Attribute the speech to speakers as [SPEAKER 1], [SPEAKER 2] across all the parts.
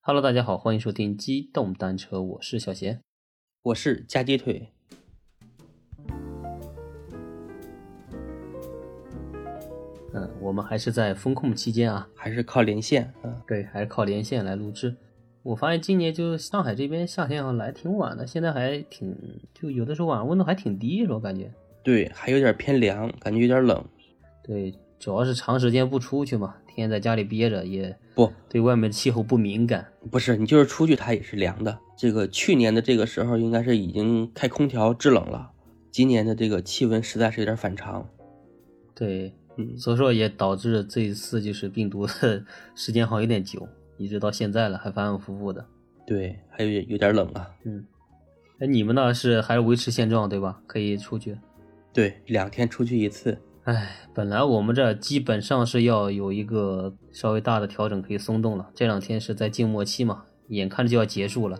[SPEAKER 1] Hello，大家好，欢迎收听机动单车，我是小贤。
[SPEAKER 2] 我是夹鸡腿。
[SPEAKER 1] 嗯，我们还是在风控期间啊，
[SPEAKER 2] 还是靠连线啊。
[SPEAKER 1] 对，还是靠连线来录制。我发现今年就上海这边夏天好像来挺晚的，现在还挺就有的时候晚上温度还挺低，是我感觉。
[SPEAKER 2] 对，还有点偏凉，感觉有点冷。
[SPEAKER 1] 对，主要是长时间不出去嘛，天天在家里憋着，也
[SPEAKER 2] 不，
[SPEAKER 1] 对外面的气候不敏感。
[SPEAKER 2] 不是，你就是出去它也是凉的。这个去年的这个时候应该是已经开空调制冷了，今年的这个气温实在是有点反常。
[SPEAKER 1] 对，
[SPEAKER 2] 嗯，
[SPEAKER 1] 所以说也导致这一次就是病毒的 时间好像有点久，一直到现在了还反反复复的。
[SPEAKER 2] 对，还有有点冷啊。
[SPEAKER 1] 嗯，哎，你们那是还是维持现状对吧？可以出去。
[SPEAKER 2] 对，两天出去一次。
[SPEAKER 1] 哎，本来我们这基本上是要有一个稍微大的调整，可以松动了。这两天是在静默期嘛，眼看着就要结束了，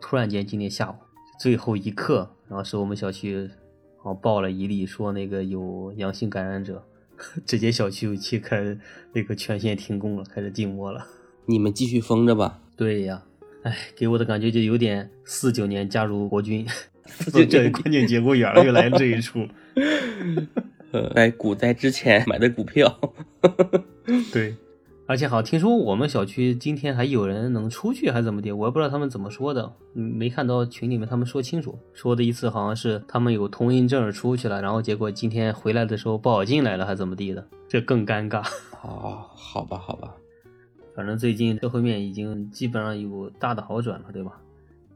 [SPEAKER 1] 突然间今天下午最后一刻，然后是我们小区啊报了一例，说那个有阳性感染者， 直接小区去开始那个全线停工了，开始静默了。
[SPEAKER 2] 你们继续封着吧。
[SPEAKER 1] 对呀，哎，给我的感觉就有点四九年加入国军，
[SPEAKER 2] 九
[SPEAKER 1] 这
[SPEAKER 2] 年
[SPEAKER 1] 关键节骨眼儿又来这一出。
[SPEAKER 2] 呃，在股灾之前买的股票，
[SPEAKER 1] 对，而且好，听说我们小区今天还有人能出去，还怎么的？我也不知道他们怎么说的，嗯没看到群里面他们说清楚。说的意思好像是他们有通行证出去了，然后结果今天回来的时候不好进来了，还怎么地的？这更尴尬。
[SPEAKER 2] 哦， 好吧，好吧，
[SPEAKER 1] 反正最近社会面已经基本上有大的好转了，对吧？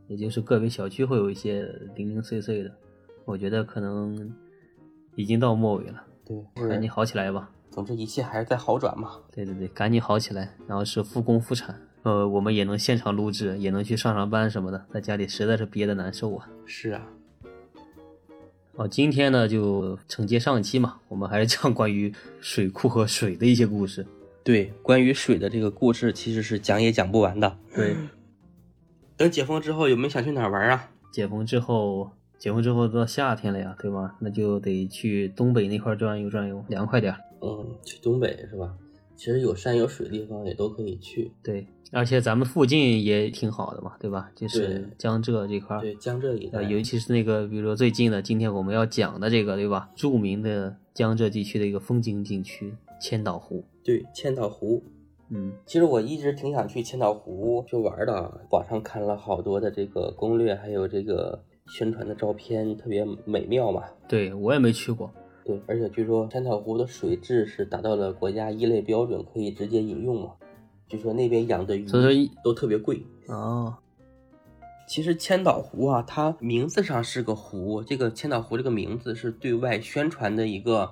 [SPEAKER 1] 也就是个别小区会有一些零零碎碎的，我觉得可能已经到末尾了，
[SPEAKER 2] 对，
[SPEAKER 1] 赶紧好起来吧。
[SPEAKER 2] 总之一切还是在好转嘛。
[SPEAKER 1] 对对对，赶紧好起来，然后是复工复产。呃，我们也能现场录制，也能去上上班什么的，在家里实在是憋得难受啊。
[SPEAKER 2] 是啊，
[SPEAKER 1] 哦，今天呢就承接上期嘛，我们还是讲关于水库和水的一些故事。
[SPEAKER 2] 对，关于水的这个故事其实是讲也讲不完的。
[SPEAKER 1] 对，
[SPEAKER 2] 等解封之后，有没有想去哪儿玩啊？
[SPEAKER 1] 解封之后，解封之后到夏天了呀，对吧？那就得去东北那块转悠转悠，凉快点儿。
[SPEAKER 2] 嗯，去东北是吧？其实有山有水的地方也都可以去。
[SPEAKER 1] 对，而且咱们附近也挺好的嘛，对吧？就是
[SPEAKER 2] 对
[SPEAKER 1] 江浙这块儿，
[SPEAKER 2] 对，江浙啊一带
[SPEAKER 1] 呃，尤其是那个，比如说最近的，今天我们要讲的这个，对吧？著名的江浙地区的一个风景景区千岛湖。
[SPEAKER 2] 对千岛湖。
[SPEAKER 1] 嗯，
[SPEAKER 2] 其实我一直挺想去千岛湖去玩的，网上看了好多的这个攻略，还有这个宣传的照片，特别美妙嘛。
[SPEAKER 1] 对我也没去过。
[SPEAKER 2] 对，而且据说千岛湖的水质是达到了国家一类标准，可以直接饮用嘛。据说那边养的鱼
[SPEAKER 1] 所以说一
[SPEAKER 2] 都特别贵。
[SPEAKER 1] 哦，
[SPEAKER 2] 其实千岛湖啊，它名字上是个湖，这个千岛湖这个名字是对外宣传的一个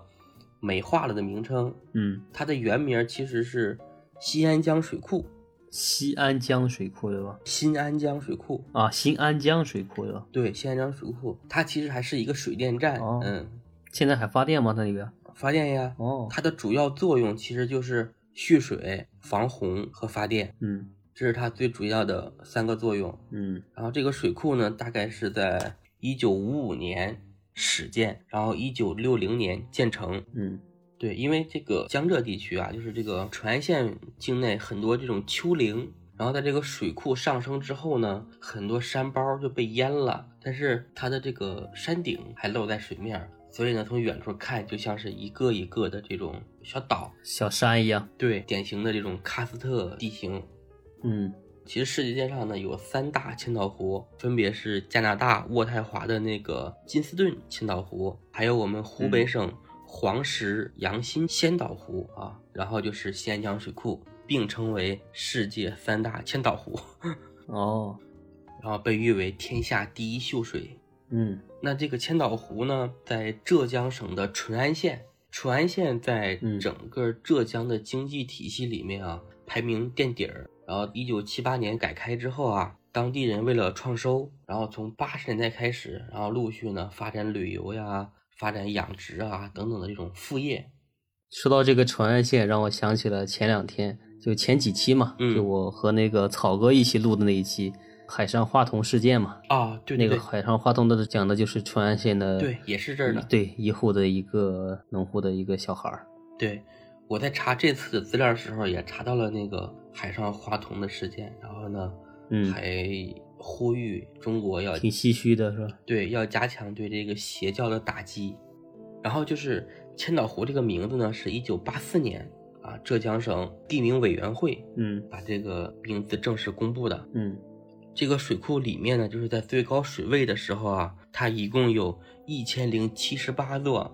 [SPEAKER 2] 美化了的名称。
[SPEAKER 1] 嗯，
[SPEAKER 2] 它的原名其实是西安江水库，
[SPEAKER 1] 西安江水库对吧？
[SPEAKER 2] 新安江水库。
[SPEAKER 1] 啊，新安江水库对吧？
[SPEAKER 2] 对，新安江水库，它其实还是一个水电站。
[SPEAKER 1] 哦
[SPEAKER 2] 嗯，
[SPEAKER 1] 现在还发电吗？那里边？
[SPEAKER 2] 发电呀，
[SPEAKER 1] 哦，
[SPEAKER 2] 它的主要作用其实就是蓄水、防洪和发电，
[SPEAKER 1] 嗯
[SPEAKER 2] 这是它最主要的三个作用。
[SPEAKER 1] 嗯
[SPEAKER 2] 然后这个水库呢，大概是在一九五五年始建，然后一九六零年建成。
[SPEAKER 1] 嗯，
[SPEAKER 2] 对，因为这个江浙地区啊，就是这个淳安县境内很多这种丘陵，然后在这个水库上升之后呢，很多山包就被淹了，但是它的这个山顶还露在水面儿，所以呢，从远处看就像是一个一个的这种小岛，
[SPEAKER 1] 小山一样。
[SPEAKER 2] 对，典型的这种喀斯特地形。
[SPEAKER 1] 嗯
[SPEAKER 2] 其实世界上呢有三大千岛湖，分别是加拿大渥太华的那个金斯顿千岛湖，还有我们湖北省黄石阳新仙岛湖啊，然后就是西安江水库，并称为世界三大千岛湖，
[SPEAKER 1] 哦
[SPEAKER 2] 然后被誉为天下第一秀水。
[SPEAKER 1] 嗯
[SPEAKER 2] 那这个千岛湖呢，在浙江省的淳安县，淳安县在
[SPEAKER 1] 嗯
[SPEAKER 2] 整个浙江的经济体系里面啊，排名垫底儿。然后，一九七八年改开之后啊，当地人为了创收，然后从八十年代开始，然后陆续呢发展旅游呀、发展养殖啊等等的这种副业。
[SPEAKER 1] 说到这个淳安县，让我想起了前两天，就前几期嘛，
[SPEAKER 2] 嗯
[SPEAKER 1] 就我和那个草哥一起录的那一期海上话筒事件嘛，
[SPEAKER 2] 啊，对
[SPEAKER 1] 那
[SPEAKER 2] 对
[SPEAKER 1] 个
[SPEAKER 2] 对，
[SPEAKER 1] 海上花筒的讲的就是淳安县的
[SPEAKER 2] 对也是这儿的
[SPEAKER 1] 对一户的一个农户的一个小孩儿，
[SPEAKER 2] 对我在查这次资料的时候，也查到了那个海上花童的事件，然后呢，
[SPEAKER 1] 嗯，
[SPEAKER 2] 还呼吁中国要
[SPEAKER 1] 挺唏嘘的是吧？
[SPEAKER 2] 对要加强对这个邪教的打击。然后就是千岛湖这个名字呢，是一九八四年啊浙江省地名委员会
[SPEAKER 1] 嗯
[SPEAKER 2] 把这个名字正式公布的。
[SPEAKER 1] 嗯
[SPEAKER 2] 这个水库里面呢，就是在最高水位的时候啊，它一共有一千零七十八座，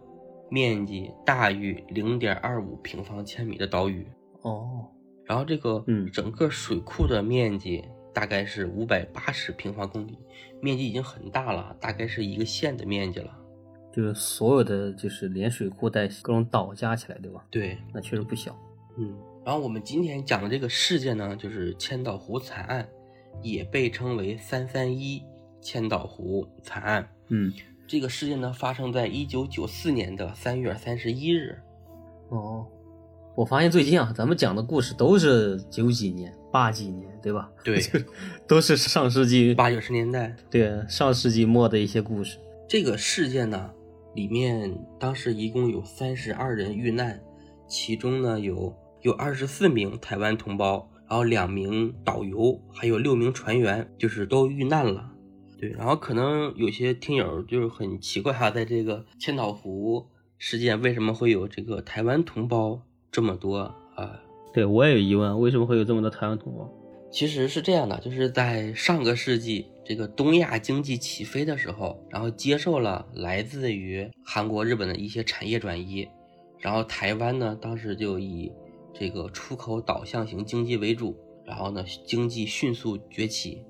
[SPEAKER 2] 面积大于零点二五平方千米的岛屿。
[SPEAKER 1] 哦
[SPEAKER 2] 然后这个
[SPEAKER 1] 嗯
[SPEAKER 2] 整个水库的面积大概是五百八十平方公里，面积已经很大了，大概是一个县的面积了。
[SPEAKER 1] 就是所有的就是连水库带各种岛加起来，对吧？
[SPEAKER 2] 对，
[SPEAKER 1] 那确实不小。
[SPEAKER 2] 嗯。然后我们今天讲的这个事件呢，就是千岛湖惨案，也被称为“三三一千岛湖惨案”。
[SPEAKER 1] 嗯
[SPEAKER 2] 这个事件呢，发生在一九九四年的三月三十一日。
[SPEAKER 1] 哦，我发现最近啊，咱们讲的故事都是九几年、八几年，对吧？
[SPEAKER 2] 对
[SPEAKER 1] 就都是上世纪
[SPEAKER 2] 八九十年代，
[SPEAKER 1] 对上世纪末的一些故事。
[SPEAKER 2] 这个事件呢，里面当时一共有三十二人遇难，其中呢有有二十四名台湾同胞，然后两名导游，还有六名船员，就是都遇难了。对，然后可能有些听友就是很奇怪哈、在这个千岛湖事件为什么会有这个台湾同胞这么多啊？
[SPEAKER 1] 对我也有疑问，为什么会有这么多台湾同胞？
[SPEAKER 2] 其实是这样的，就是在上个世纪，这个东亚经济起飞的时候，然后接受了来自于韩国、日本的一些产业转移，然后台湾呢，当时就以这个出口导向型经济为主，然后呢，经济迅速崛起，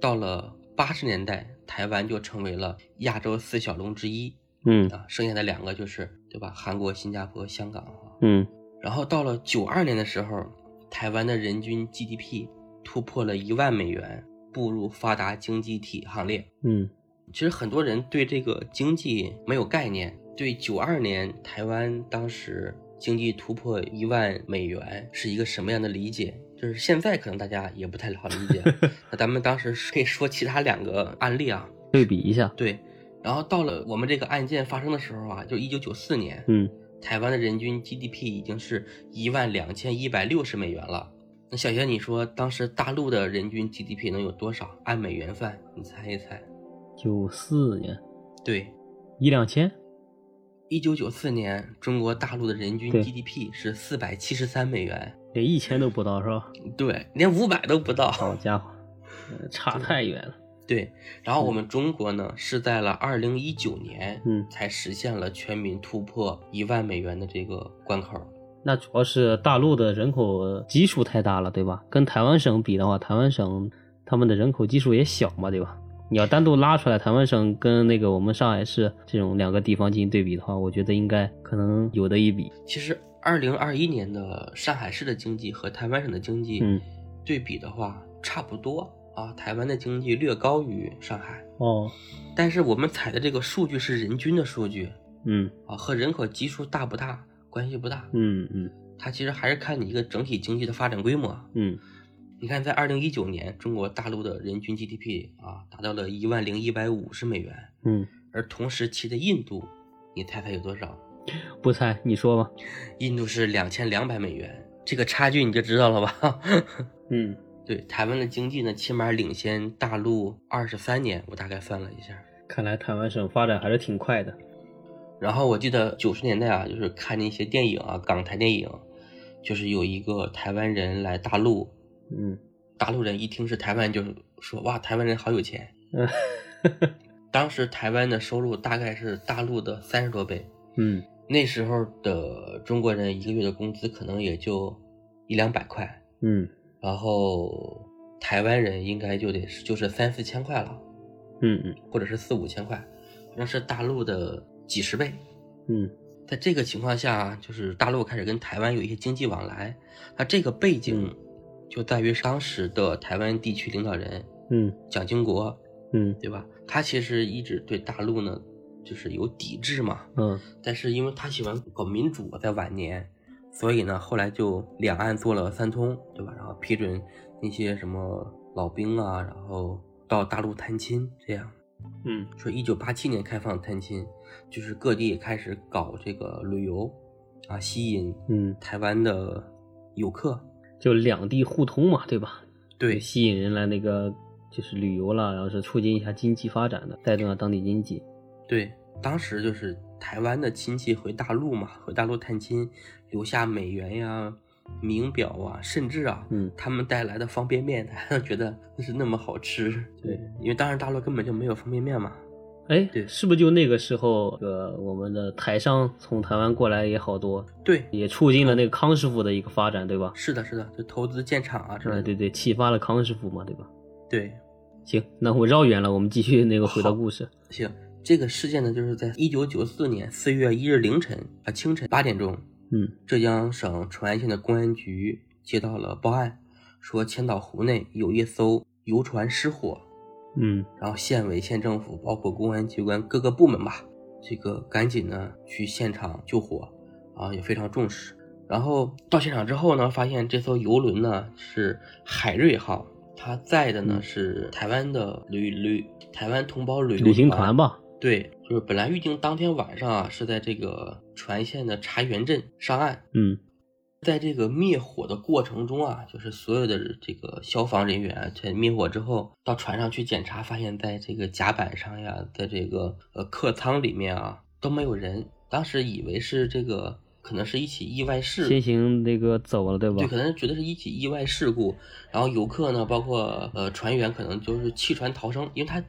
[SPEAKER 2] 到了八十年代，台湾就成为了亚洲四小龙之一
[SPEAKER 1] 嗯
[SPEAKER 2] 啊，剩下的两个就是对吧？韩国、新加坡、香港啊，
[SPEAKER 1] 嗯
[SPEAKER 2] 然后到了九二年的时候，台湾的人均 GDP 突破了一万美元，步入发达经济体行列。
[SPEAKER 1] 嗯
[SPEAKER 2] 其实很多人对这个经济没有概念，对九二年台湾当时经济突破一万美元是一个什么样的理解？就是现在可能大家也不太好理解。那咱们当时可以说其他两个案例啊，
[SPEAKER 1] 对比一下。
[SPEAKER 2] 对。然后到了我们这个案件发生的时候啊，就一九九四年，
[SPEAKER 1] 嗯
[SPEAKER 2] 台湾的人均 GDP 已经是一万两千一百六十美元了。那小贤，你说当时大陆的人均 GDP 能有多少？按美元算，你猜一猜？
[SPEAKER 1] 九四年
[SPEAKER 2] 对，
[SPEAKER 1] 一两千。
[SPEAKER 2] 一九九四年中国大陆的人均
[SPEAKER 1] 对
[SPEAKER 2] GDP 是四百七十三美元，
[SPEAKER 1] 连一千都不到是 吧？
[SPEAKER 2] 对，连五百都不到。
[SPEAKER 1] 好家伙，呃差太远了。
[SPEAKER 2] 对，然后我们中国呢是在了二零一九年，
[SPEAKER 1] 嗯
[SPEAKER 2] 才实现了全民突破一万美元的这个关口。
[SPEAKER 1] 那主要是大陆的人口基数太大了，对吧？跟台湾省比的话，台湾省他们的人口基数也小嘛，对吧？你要单独拉出来，台湾省跟那个我们上海市这种两个地方进行对比的话，我觉得应该可能有的一比。
[SPEAKER 2] 其实，二零二一年的上海市的经济和台湾省的经济，
[SPEAKER 1] 嗯，
[SPEAKER 2] 对比的话差不多啊，台湾的经济略高于上海，
[SPEAKER 1] 哦，
[SPEAKER 2] 但是我们采的这个数据是人均的数据
[SPEAKER 1] 嗯
[SPEAKER 2] 啊，和人口基数大不大关系不大，
[SPEAKER 1] 嗯嗯
[SPEAKER 2] 它其实还是看你一个整体经济的发展规模。
[SPEAKER 1] 嗯
[SPEAKER 2] 你看，在二零一九年，中国大陆的人均 GDP 啊达到了一万零一百五十美元，
[SPEAKER 1] 嗯，
[SPEAKER 2] 而同时期的印度，你猜猜有多少？
[SPEAKER 1] 不猜，你说吧。
[SPEAKER 2] 印度是两千两百美元，这个差距你就知道了吧？
[SPEAKER 1] 嗯，
[SPEAKER 2] 对台湾的经济呢，起码领先大陆二十三年，我大概算了一下。
[SPEAKER 1] 看来台湾省发展还是挺快的。
[SPEAKER 2] 然后我记得九十年代啊，就是看那些电影啊，港台电影，就是有一个台湾人来大陆，
[SPEAKER 1] 嗯
[SPEAKER 2] 大陆人一听是台湾人，就说哇，台湾人好有钱。
[SPEAKER 1] 嗯
[SPEAKER 2] 当时台湾的收入大概是大陆的三十多倍，
[SPEAKER 1] 嗯
[SPEAKER 2] 那时候的中国人一个月的工资可能也就一两百块，
[SPEAKER 1] 嗯
[SPEAKER 2] 然后台湾人应该就得是就是三四千块了。
[SPEAKER 1] 嗯嗯
[SPEAKER 2] 或者是四五千块，那是大陆的几十倍。
[SPEAKER 1] 嗯
[SPEAKER 2] 在这个情况下，就是大陆开始跟台湾有一些经济往来，那这个背景就在于当时的台湾地区领导人
[SPEAKER 1] 嗯
[SPEAKER 2] 蒋经国，
[SPEAKER 1] 嗯
[SPEAKER 2] 对吧？他其实一直对大陆呢，就是有抵制嘛。
[SPEAKER 1] 嗯
[SPEAKER 2] 但是因为他喜欢搞民主，在晚年，所以呢，后来就两岸做了三通，对吧？然后批准那些什么老兵啊，然后到大陆探亲这样。
[SPEAKER 1] 嗯
[SPEAKER 2] 说一九八七年开放探亲，就是各地也开始搞这个旅游，啊，吸引
[SPEAKER 1] 嗯，
[SPEAKER 2] 台湾的游客。
[SPEAKER 1] 就两地互通嘛，对吧？
[SPEAKER 2] 对，
[SPEAKER 1] 吸引人来那个就是旅游啦，然后是促进一下经济发展的，带动了当地经济。
[SPEAKER 2] 对，当时就是台湾的亲戚回大陆嘛，回大陆探亲，留下美元呀、名表啊，甚至啊，
[SPEAKER 1] 嗯，
[SPEAKER 2] 他们带来的方便面， 他觉得那是那么好吃。
[SPEAKER 1] 对，
[SPEAKER 2] 因为当时大陆根本就没有方便面嘛。
[SPEAKER 1] 哎，
[SPEAKER 2] 对
[SPEAKER 1] 是不是就那个时候，呃，我们的台商从台湾过来也好多，
[SPEAKER 2] 对，
[SPEAKER 1] 也促进了那个康师傅的一个发展，对吧？
[SPEAKER 2] 是的，是的，就投资建厂啊之
[SPEAKER 1] 嗯，
[SPEAKER 2] 类的。
[SPEAKER 1] 对对，启发了康师傅嘛，对吧？
[SPEAKER 2] 对，
[SPEAKER 1] 行，那我绕远了，我们继续那个回到故事。
[SPEAKER 2] 行，这个事件呢，就是在一九九四年四月一日凌晨啊，清晨八点钟，
[SPEAKER 1] 嗯
[SPEAKER 2] 浙江省淳安县的公安局接到了报案，说千岛湖内有一艘游船失火，
[SPEAKER 1] 嗯
[SPEAKER 2] 然后县委、县政府，包括公安机关各个部门吧，这个赶紧呢去现场救火，啊，也非常重视。然后到现场之后呢，发现这艘游轮呢是海瑞号，它载的呢
[SPEAKER 1] 嗯
[SPEAKER 2] 是台湾的旅旅台湾同胞旅游
[SPEAKER 1] 旅行团吧，
[SPEAKER 2] 对，就是本来预定当天晚上啊是在这个船县的茶园镇上岸，
[SPEAKER 1] 嗯
[SPEAKER 2] 在这个灭火的过程中啊，就是所有的这个消防人员在灭火之后，到船上去检查，发现在这个甲板上呀，在这个呃客舱里面啊都没有人。当时以为是这个可能是一起意外事故，
[SPEAKER 1] 先行那个走了，对吧？
[SPEAKER 2] 对，可能觉得是一起意外事故，然后游客呢，包括呃船员，可能就是弃船逃生，因为他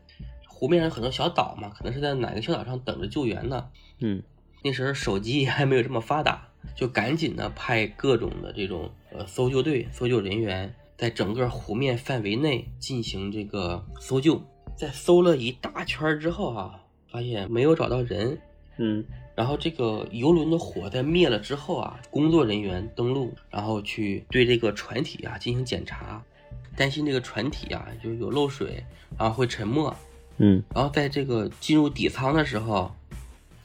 [SPEAKER 2] 湖面上有很多小岛嘛，可能是在哪个小岛上等着救援呢。
[SPEAKER 1] 嗯
[SPEAKER 2] 那时候手机还没有这么发达，就赶紧呢派各种的这种呃搜救队、搜救人员，在整个湖面范围内进行这个搜救。在搜了一大圈儿之后啊，发现没有找到人，
[SPEAKER 1] 嗯
[SPEAKER 2] 然后这个游轮的火在灭了之后啊，工作人员登陆，然后去对这个船体啊进行检查，担心这个船体啊就是有漏水，然后会沉没。
[SPEAKER 1] 嗯，
[SPEAKER 2] 然后在这个进入底舱的时候，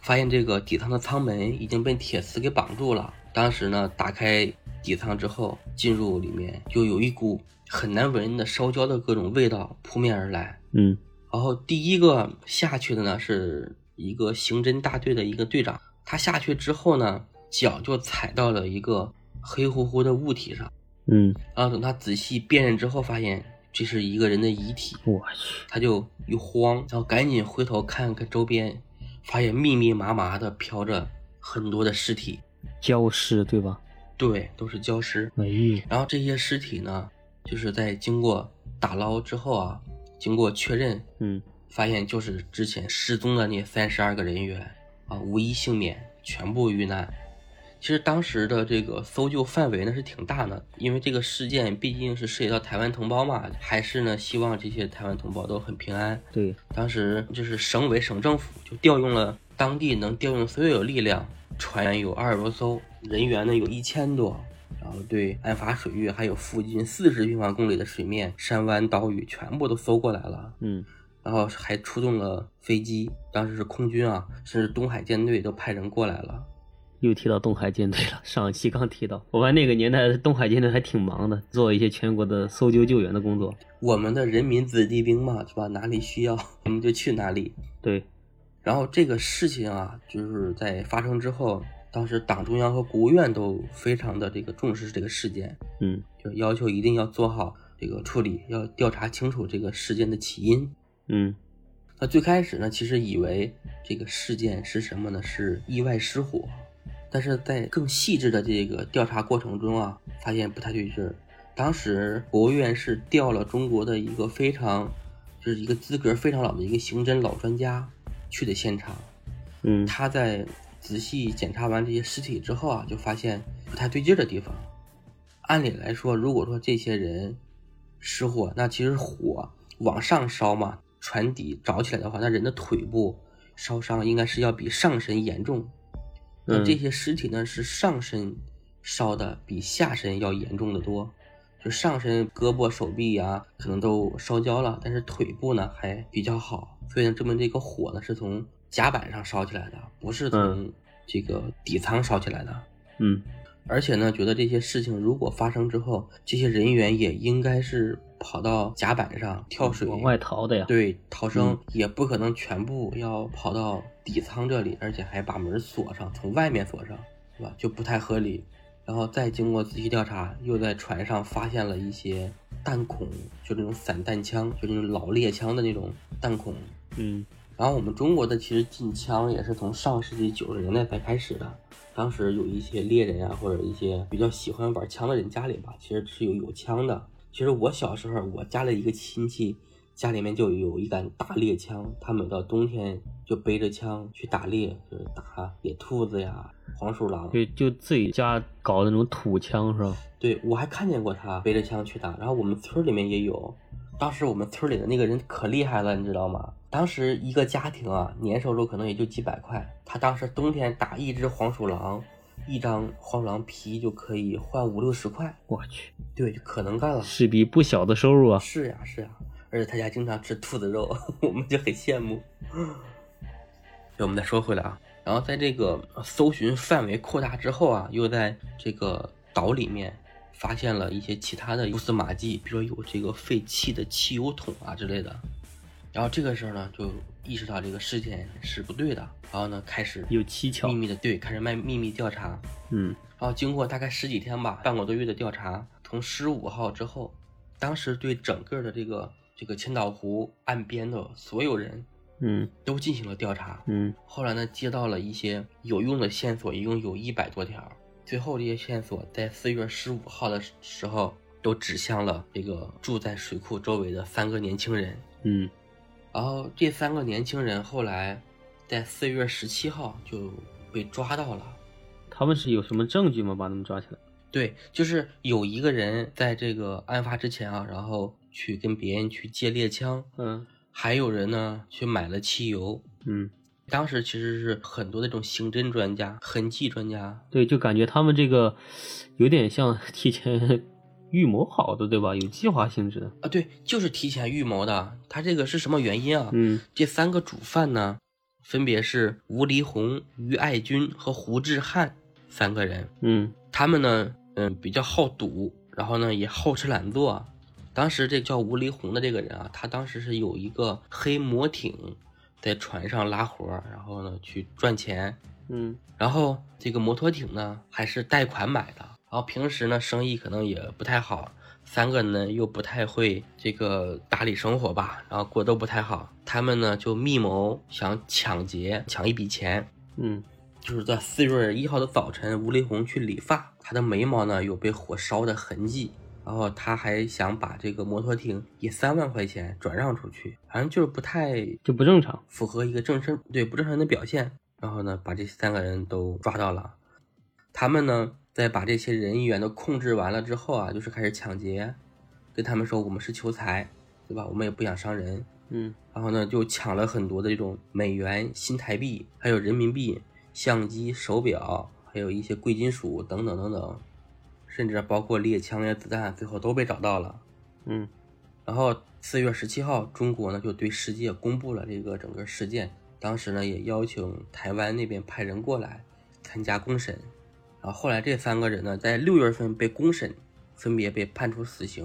[SPEAKER 2] 发现这个底舱的舱门已经被铁丝给绑住了。当时呢，打开底舱之后，进入里面就有一股很难闻的烧焦的各种味道扑面而来。
[SPEAKER 1] 嗯
[SPEAKER 2] 然后第一个下去的呢是一个刑侦大队的一个队长，他下去之后呢，脚就踩到了一个黑乎乎的物体上，
[SPEAKER 1] 嗯，
[SPEAKER 2] 然后等他仔细辨认之后，发现这是一个人的遗体，
[SPEAKER 1] 我去，
[SPEAKER 2] 他就一慌，然后赶紧回头看看周边，发现密密麻麻的飘着很多的尸体，
[SPEAKER 1] 礁石对吧？
[SPEAKER 2] 对，都是礁石。
[SPEAKER 1] 哎呦，
[SPEAKER 2] 然后这些尸体呢，就是在经过打捞之后啊，经过确认，
[SPEAKER 1] 嗯
[SPEAKER 2] 发现就是之前失踪的那三十二个人员啊，无一幸免，全部遇难。其实当时的这个搜救范围呢是挺大的，因为这个事件毕竟是涉及到台湾同胞嘛，还是呢希望这些台湾同胞都很平安。
[SPEAKER 1] 对，
[SPEAKER 2] 当时就是省委省政府就调用了当地能调用所有力量，船员有二十多艘，人员呢有一千多，然后对案发水域还有附近四十平方公里的水面、山湾、岛屿全部都搜过来了。
[SPEAKER 1] 嗯
[SPEAKER 2] 然后还出动了飞机，当时是空军啊，甚至东海舰队都派人过来了。
[SPEAKER 1] 又提到东海舰队了，上期刚提到，我看那个年代东海舰队还挺忙的，做一些全国的搜救救援的工作。
[SPEAKER 2] 我们的人民子弟兵嘛，是吧？哪里需要我们就去哪里。
[SPEAKER 1] 对，
[SPEAKER 2] 然后这个事情啊，就是在发生之后，当时党中央和国务院都非常的这个重视这个事件，
[SPEAKER 1] 嗯
[SPEAKER 2] 就要求一定要做好这个处理，要调查清楚这个事件的起因。
[SPEAKER 1] 嗯
[SPEAKER 2] 那最开始呢，其实以为这个事件是什么呢？是意外失火，但是在更细致的这个调查过程中啊，发现不太对劲儿。当时国务院是调了中国的一个非常，就是一个资格非常老的一个刑侦老专家去的现场，
[SPEAKER 1] 嗯
[SPEAKER 2] 他在仔细检查完这些尸体之后啊，就发现不太对劲儿的地方。按理来说，如果说这些人失火，那其实火往上烧嘛，船底着起来的话，那人的腿部烧伤应该是要比上身严重。那
[SPEAKER 1] 嗯
[SPEAKER 2] 这些尸体呢，是上身烧的比下身要严重的多，就上身胳膊、手臂啊，可能都烧焦了，但是腿部呢还比较好，所以呢，证明这个火呢是从甲板上烧起来的，不是从
[SPEAKER 1] 嗯
[SPEAKER 2] 这个底舱烧起来的。
[SPEAKER 1] 嗯，
[SPEAKER 2] 而且呢，觉得这些事情如果发生之后，这些人员也应该是跑到甲板上跳水
[SPEAKER 1] 嗯往外逃的呀。，
[SPEAKER 2] 对，逃生、
[SPEAKER 1] 嗯
[SPEAKER 2] 也不可能全部要跑到底舱这里，而且还把门锁上，从外面锁上。对吧？就不太合理。然后再经过仔细调查，又在船上发现了一些弹孔，就那种散弹枪，就那种老猎枪的那种弹孔。
[SPEAKER 1] 嗯
[SPEAKER 2] 然后我们中国的其实禁枪也是从上世纪九十年代才开始的。当时有一些猎人啊，或者一些比较喜欢玩枪的人家里吧，其实是有有枪的。其实我小时候，我家里一个亲戚家里面就有一杆大猎枪，他们到冬天就背着枪去打猎，就是打野兔子呀、黄鼠狼。啊
[SPEAKER 1] 就就自己家搞那种土枪是吧？
[SPEAKER 2] 对我还看见过他背着枪去打，然后我们村儿里面也有。当时我们村儿里的那个人可厉害了，你知道吗？当时一个家庭啊，年收入可能也就几百块，他当时冬天打一只黄鼠狼，一张黄鼠狼皮就可以换五六十块，
[SPEAKER 1] 我去，
[SPEAKER 2] 对，就可能干了。
[SPEAKER 1] 是笔不小的收入啊！
[SPEAKER 2] 是呀、是呀、而且他家经常吃兔子肉， 我们就很羡慕。我们再说回来啊，然后在这个搜寻范围扩大之后啊，又在这个岛里面发现了一些其他的蛛丝马迹，比如说有这个废弃的汽油桶啊之类的。然后这个时候呢，就意识到这个事件是不对的，然后呢，开始
[SPEAKER 1] 有蹊跷
[SPEAKER 2] 秘，密的对，开始卖秘密调查，
[SPEAKER 1] 嗯，
[SPEAKER 2] 然后经过大概十几天吧，半个多月的调查，从十五号之后，当时对整个的这个这个千岛湖岸边的所有人
[SPEAKER 1] 嗯
[SPEAKER 2] 都进行了调查。
[SPEAKER 1] 嗯
[SPEAKER 2] 后来呢，接到了一些有用的线索，一共有一百多条。最后这些线索在四月十五号的时候，都指向了这个住在水库周围的三个年轻人。
[SPEAKER 1] 嗯，
[SPEAKER 2] 然后这三个年轻人后来在四月十七号就被抓到了。
[SPEAKER 1] 他们是有什么证据吗？把他们抓起来？
[SPEAKER 2] 对，就是有一个人在这个案发之前啊，然后去跟别人去借猎枪，
[SPEAKER 1] 嗯
[SPEAKER 2] 还有人呢去买了汽油。
[SPEAKER 1] 嗯，
[SPEAKER 2] 当时其实是很多那种刑侦专家、痕迹专家，
[SPEAKER 1] 对，就感觉他们这个有点像 提前预谋好的，对吧？有计划性质的。
[SPEAKER 2] 啊，对，就是提前预谋的。他这个是什么原因啊？
[SPEAKER 1] 嗯
[SPEAKER 2] 这三个主犯呢，分别是吴黎红、于爱军和胡志汉三个人。
[SPEAKER 1] 嗯
[SPEAKER 2] 他们呢，嗯，比较好赌，然后呢也好吃懒做。当时这叫吴黎红的这个人啊，他当时是有一个黑摩艇在船上拉活儿，然后呢去赚钱。
[SPEAKER 1] 嗯
[SPEAKER 2] 然后这个摩托艇呢还是贷款买的，然后平时呢生意可能也不太好，三个人呢又不太会这个打理生活吧，然后过得都不太好。他们呢就密谋想抢劫，抢一笔钱，
[SPEAKER 1] 嗯，
[SPEAKER 2] 就是在四月一号的早晨，吴丽红去理发，她的眉毛呢有被火烧的痕迹，然后她还想把这个摩托艇以三万块钱转让出去，反正就是不太
[SPEAKER 1] 就不正常。
[SPEAKER 2] 符合一个正身对不正常人的表现。然后呢，把这三个人都抓到了。他们呢，在把这些人员都控制完了之后啊，就是开始抢劫，跟他们说我们是求财，对吧？我们也不想伤人，
[SPEAKER 1] 嗯
[SPEAKER 2] 然后呢，就抢了很多的这种美元、新台币，还有人民币、相机、手表，还有一些贵金属等等等等，甚至包括猎枪呀、子弹，最后都被找到了。
[SPEAKER 1] 嗯
[SPEAKER 2] 然后四月十七号，中国呢就对世界公布了这个整个事件，当时呢也邀请台湾那边派人过来参加公审。然后后来这三个人呢，在六月份被公审，分别被判处死刑，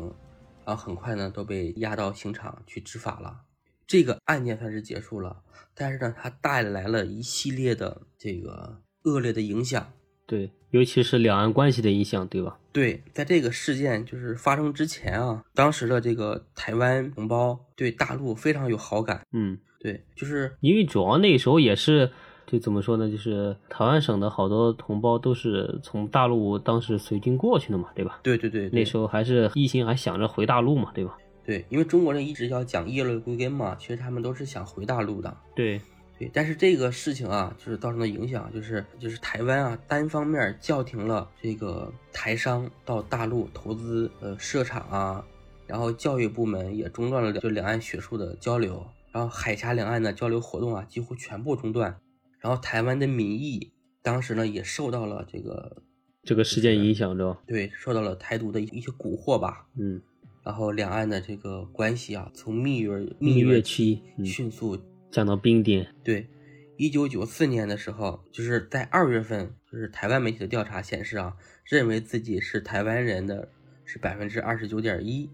[SPEAKER 2] 然后很快呢都被押到刑场去执法了。这个案件算是结束了，但是呢，它带来了一系列的这个恶劣的影响。
[SPEAKER 1] 对，尤其是两岸关系的影响，对吧？
[SPEAKER 2] 对，在这个事件就是发生之前啊，当时的这个台湾同胞对大陆非常有好感。
[SPEAKER 1] 嗯，
[SPEAKER 2] 对，就是
[SPEAKER 1] 因为主要那时候也是，就怎么说呢，就是台湾省的好多同胞都是从大陆当时随军过去的嘛，对吧？
[SPEAKER 2] 对对对，对
[SPEAKER 1] 那时候还是一心还想着回大陆嘛，对吧？
[SPEAKER 2] 对，因为中国人一直要讲叶落归根嘛，其实他们都是想回大陆的。
[SPEAKER 1] 对，
[SPEAKER 2] 对，但是这个事情啊，就是造成的影响，就是就是台湾啊，单方面叫停了这个台商到大陆投资呃设厂啊，然后教育部门也中断了就两岸学术的交流，然后海峡两岸的交流活动啊，几乎全部中断，然后台湾的民意当时呢也受到了这个
[SPEAKER 1] 这个事件影响着，
[SPEAKER 2] 对受到了台独的一些蛊惑吧，
[SPEAKER 1] 嗯，
[SPEAKER 2] 然后两岸的这个关系啊，从蜜月
[SPEAKER 1] 蜜月
[SPEAKER 2] 期
[SPEAKER 1] 期嗯
[SPEAKER 2] 迅速、
[SPEAKER 1] 降到冰点，
[SPEAKER 2] 对。一九九四年的时候，就是在二月份，就是台湾媒体的调查显示啊，认为自己是台湾人的是百分之二十九点一，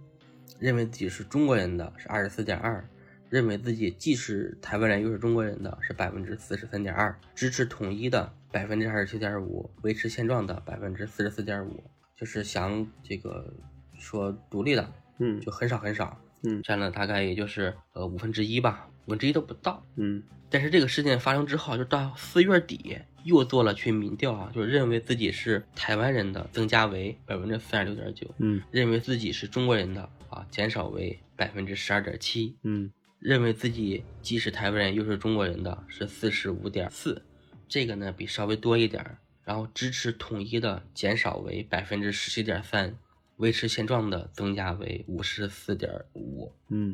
[SPEAKER 2] 认为自己是中国人的是二十四点二，认为自己既是台湾人又是中国人的是百分之四十三点二，支持统一的百分之二十七点五，维持现状的百分之四十四点五，就是想这个说独立的
[SPEAKER 1] 嗯
[SPEAKER 2] 就很少很少，
[SPEAKER 1] 嗯
[SPEAKER 2] 占了大概也就是呃五分之一吧，五分之一都不到。
[SPEAKER 1] 嗯
[SPEAKER 2] 但是这个事件发生之后，就到四月底又做了去民调啊，就是认为自己是台湾人的增加为百分之三十六点九，
[SPEAKER 1] 嗯
[SPEAKER 2] 认为自己是中国人的啊减少为百分之十二点七，
[SPEAKER 1] 嗯
[SPEAKER 2] 认为自己既是台湾人又是中国人的是四十五点四，这个呢比稍微多一点儿。然后支持统一的减少为百分之十七点三，维持现状的增加为五十四点五。
[SPEAKER 1] 嗯，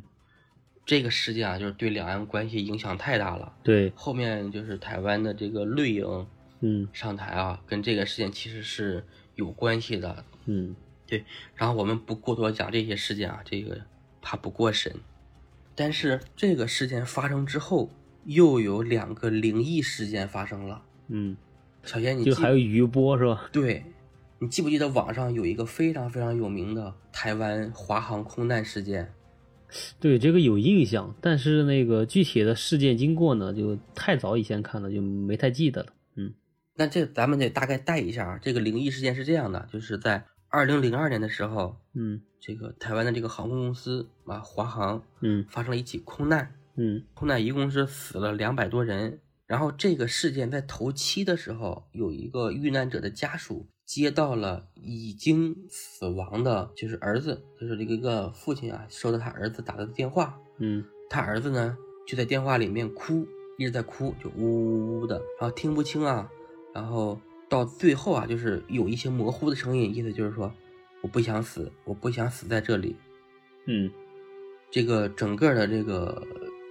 [SPEAKER 2] 这个事件啊，就是对两岸关系影响太大了。
[SPEAKER 1] 对，
[SPEAKER 2] 后面就是台湾的这个绿营
[SPEAKER 1] 嗯
[SPEAKER 2] 上台啊，跟这个事件其实是有关系的。
[SPEAKER 1] 嗯
[SPEAKER 2] 然后我们不过多讲这些事件啊，这个怕不过审。但是这个事件发生之后，又有两个灵异事件发生了。
[SPEAKER 1] 嗯，
[SPEAKER 2] 小仙，你
[SPEAKER 1] 就
[SPEAKER 2] 记
[SPEAKER 1] 还有余波是吧？
[SPEAKER 2] 对，你记不记得网上有一个非常非常有名的台湾华航空难事件？
[SPEAKER 1] 对，这个有印象，但是那个具体的事件经过呢，就太早以前看了，就没太记得了。嗯
[SPEAKER 2] 那这咱们得大概带一下啊。这个灵异事件是这样的，就是在二零零二年的时候，
[SPEAKER 1] 嗯
[SPEAKER 2] 这个台湾的这个航空公司啊，华航
[SPEAKER 1] 嗯
[SPEAKER 2] 发生了一起空难，
[SPEAKER 1] 嗯
[SPEAKER 2] 空难一共是死了两百多人。然后这个事件在头七的时候，有一个遇难者的家属接到了已经死亡的，就是儿子，就是这个一个父亲啊，收到他儿子打来的电话，
[SPEAKER 1] 嗯
[SPEAKER 2] 他儿子呢就在电话里面哭，一直在哭，就呜呜呜的，然后听不清啊，然后到最后啊，就是有一些模糊的声音，意思就是说我不想死，我不想死在这里。
[SPEAKER 1] 嗯
[SPEAKER 2] 这个整个的这个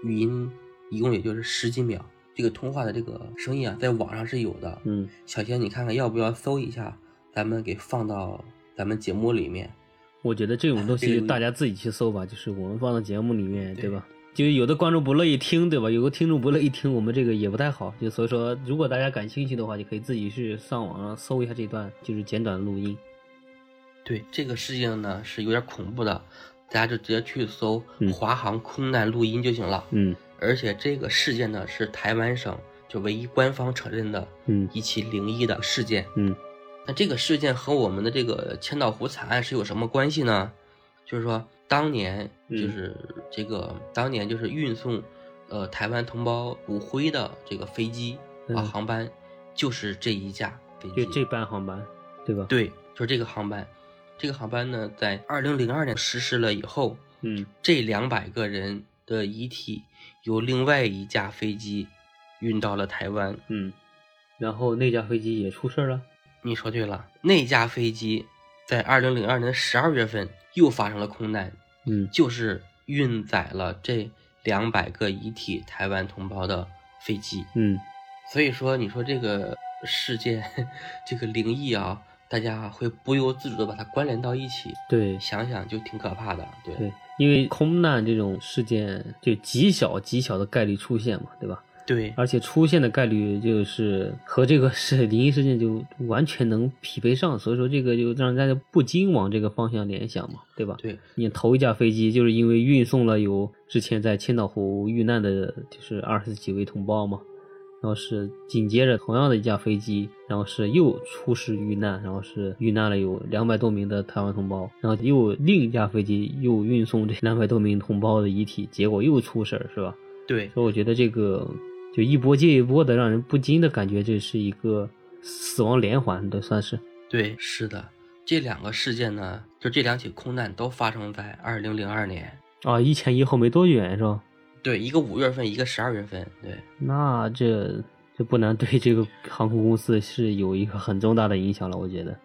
[SPEAKER 2] 语音一共也就是十几秒，这个通话的这个声音啊，在网上是有的。
[SPEAKER 1] 嗯，
[SPEAKER 2] 小仙，你看看要不要搜一下，咱们给放到咱们节目里面。
[SPEAKER 1] 我觉得这种东
[SPEAKER 2] 这个
[SPEAKER 1] 西
[SPEAKER 2] 有
[SPEAKER 1] 大家自己去搜吧，就是我们放到节目里面，
[SPEAKER 2] 对
[SPEAKER 1] 对吧？就有的观众不乐意听，对吧？有个听众不乐意听，我们这个也不太好。就所以说，如果大家感兴趣的话，就可以自己去上网上搜一下这段，就是简短的录音。
[SPEAKER 2] 对这个事情呢是有点恐怖的，大家就直接去搜
[SPEAKER 1] 嗯
[SPEAKER 2] 华航空难录音就行了。
[SPEAKER 1] 嗯
[SPEAKER 2] 而且这个事件呢是台湾省就唯一官方承认的
[SPEAKER 1] 嗯
[SPEAKER 2] 一起灵异的事件。
[SPEAKER 1] 嗯
[SPEAKER 2] 那这个事件和我们的这个千岛湖惨案是有什么关系呢？就是说，当年就
[SPEAKER 1] 嗯
[SPEAKER 2] 是这个、当年就是运送呃台湾同胞骨灰的这个飞机啊、
[SPEAKER 1] 嗯
[SPEAKER 2] 航班，就是这一架飞
[SPEAKER 1] 就
[SPEAKER 2] 机。
[SPEAKER 1] 这班航班，对吧？
[SPEAKER 2] 对，就是这个航班。这个航班呢，在二零零二年实施了以后，
[SPEAKER 1] 嗯
[SPEAKER 2] 这两百个人的遗体由另外一架飞机运到了台湾。
[SPEAKER 1] 嗯。然后那架飞机也出事儿了。
[SPEAKER 2] 你说对了，那架飞机在二零零二年十二月份又发生了空难，
[SPEAKER 1] 嗯
[SPEAKER 2] 就是运载了这两百个遗体台湾同胞的飞机。
[SPEAKER 1] 嗯
[SPEAKER 2] 所以说，你说这个事件， 这个灵异啊，大家会不由自主的把它关联到一起，
[SPEAKER 1] 对
[SPEAKER 2] 想想就挺可怕的。对，
[SPEAKER 1] 对，因为空难这种事件就极小极小的概率出现嘛，对吧？
[SPEAKER 2] 对
[SPEAKER 1] 而且出现的概率就是和这个是灵异事 件就完全能匹配上，所以说这个就让大家不禁往这个方向联想嘛，对吧？
[SPEAKER 2] 对，
[SPEAKER 1] 你头一架飞机就是因为运送了有之前在千岛湖遇难的，就是二十几位同胞嘛，然后是紧接着同样的一架飞机，然后是又出事遇难，然后是遇难了有两百多名的台湾同胞，然后又另一架飞机又运送这两百多名同胞的遗体，结果又出事儿，是吧？
[SPEAKER 2] 对，
[SPEAKER 1] 所以我觉得这个就一波接一波的，让人不禁的感觉这是一个死亡连环的，算是。
[SPEAKER 2] 对，是的，这两个事件呢，就这两起空难都发生在二零零二年。
[SPEAKER 1] 啊，一前一后没多远是吧？
[SPEAKER 2] 对，一个五月份，一个十二月份。对，
[SPEAKER 1] 那这这不难对这个航空公司是有一个很重大的影响了，我觉得。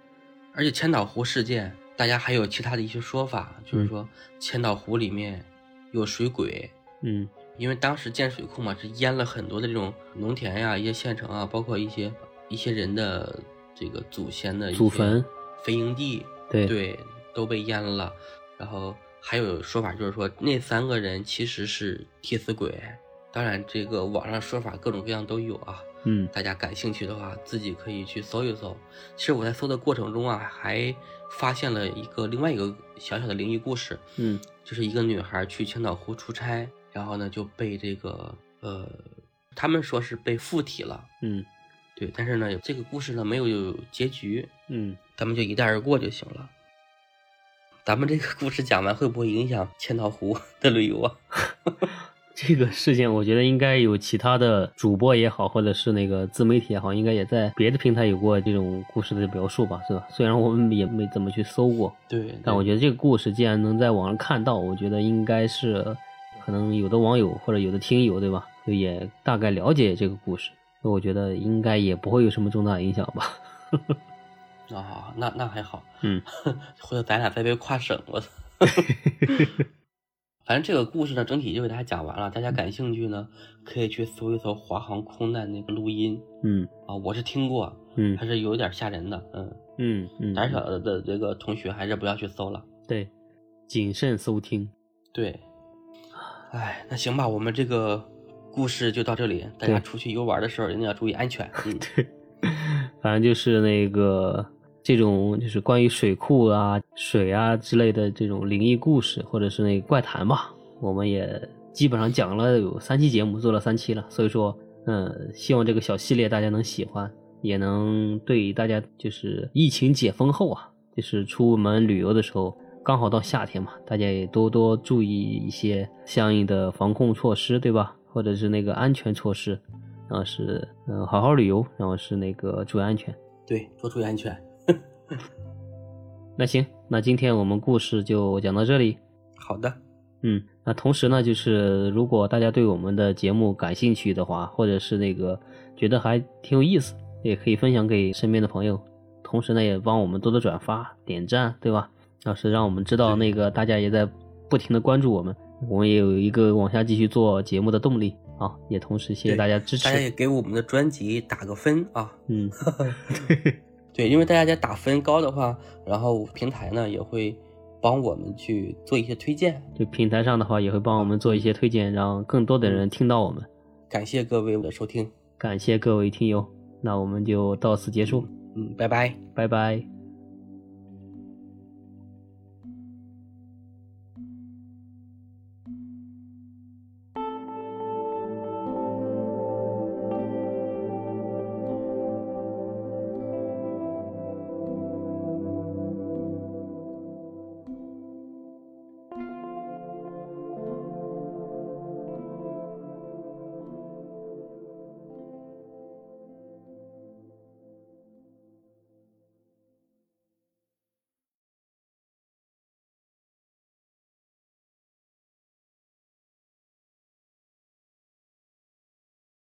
[SPEAKER 2] 而且千岛湖事件，大家还有其他的一些说法，就是
[SPEAKER 1] 嗯
[SPEAKER 2] 说千岛湖里面有水鬼，
[SPEAKER 1] 嗯
[SPEAKER 2] 因为当时建水库嘛，是淹了很多的这种农田呀、一些县城啊，包括一些一些人的这个祖先的一
[SPEAKER 1] 祖
[SPEAKER 2] 些
[SPEAKER 1] 坟、
[SPEAKER 2] 坟营地，
[SPEAKER 1] 对
[SPEAKER 2] 对，都被淹了。然后还有说法就是说，那三个人其实是替死鬼。当然，这个网上说法各种各样都有啊。
[SPEAKER 1] 嗯
[SPEAKER 2] 大家感兴趣的话，自己可以去搜一搜。其实我在搜的过程中啊，还发现了一个另外一个小小的灵异故事，
[SPEAKER 1] 嗯
[SPEAKER 2] 就是一个女孩去千岛湖出差，然然后呢就被这个呃，他们说是被附体了，
[SPEAKER 1] 嗯
[SPEAKER 2] 对，但是呢这个故事呢没有结局，
[SPEAKER 1] 嗯，
[SPEAKER 2] 咱们就一带而过就行了。咱们这个故事讲完会不会影响千岛湖 的旅游啊？
[SPEAKER 1] 这个事件我觉得应该有其他的主播也好，或者是那个自媒体也好，应该也在别的平台有过这种故事的描述吧，是吧？虽然我们也没怎么去搜过，
[SPEAKER 2] 对，
[SPEAKER 1] 但我觉得这个故事既然能在网上看到，我觉得应该是可能有的网友或者有的听友对吧，就也大概了解这个故事，那我觉得应该也不会有什么重大影响吧。
[SPEAKER 2] 得啊，那那还好，
[SPEAKER 1] 嗯
[SPEAKER 2] 回头咱俩再被跨省， 我操！反正这个故事呢，整体就给大家讲完了。大家感兴趣呢，可以去搜一搜华航空难那个录音
[SPEAKER 1] 嗯
[SPEAKER 2] 啊，我是听过，
[SPEAKER 1] 嗯
[SPEAKER 2] 还是有点吓人的。嗯，
[SPEAKER 1] 嗯嗯，
[SPEAKER 2] 胆小的这个同学还是不要去搜了。
[SPEAKER 1] 对，谨慎收听。
[SPEAKER 2] 对，哎，那行吧，我们这个故事就到这里。大家
[SPEAKER 1] 对
[SPEAKER 2] 出去游玩的时候一定要注意安全。 嗯，
[SPEAKER 1] 反正就是那个这种就是关于水库啊、水啊之类的这种灵异故事，或者是那个怪谈吧，我们也基本上讲了有三期节目，做了三期了，所以说，嗯，希望这个小系列大家能喜欢，也能对大家就是疫情解封后啊，就是出门旅游的时候。刚好到夏天嘛，大家也多多注意一些相应的防控措施，对吧？或者是那个安全措施，然后是嗯、呃好好旅游，然后是那个注意安全。
[SPEAKER 2] 对，多注意安全。
[SPEAKER 1] 那行，那今天我们故事就讲到这里。
[SPEAKER 2] 好的，
[SPEAKER 1] 嗯，那同时呢，就是如果大家对我们的节目感兴趣的话，或者是那个觉得还挺有意思，也可以分享给身边的朋友。同时呢，也帮我们多多转发、点赞，对吧？要是让我们知道
[SPEAKER 2] 对
[SPEAKER 1] 那个大家也在不停的关注我们，我们也有一个往下继续做节目的动力啊！也同时谢谢
[SPEAKER 2] 对
[SPEAKER 1] 大家支持
[SPEAKER 2] 大家。也给我们的专辑打个分啊。
[SPEAKER 1] 嗯，
[SPEAKER 2] 对，因为大家打分高的话，然后平台呢也会帮我们去做一些推荐。
[SPEAKER 1] 对平台上的话，也会帮我们做一些推荐，让更多的人听到我们。
[SPEAKER 2] 感谢各位的收听，
[SPEAKER 1] 感谢各位听友，那我们就到此结束，
[SPEAKER 2] 嗯，拜拜。
[SPEAKER 1] 拜拜。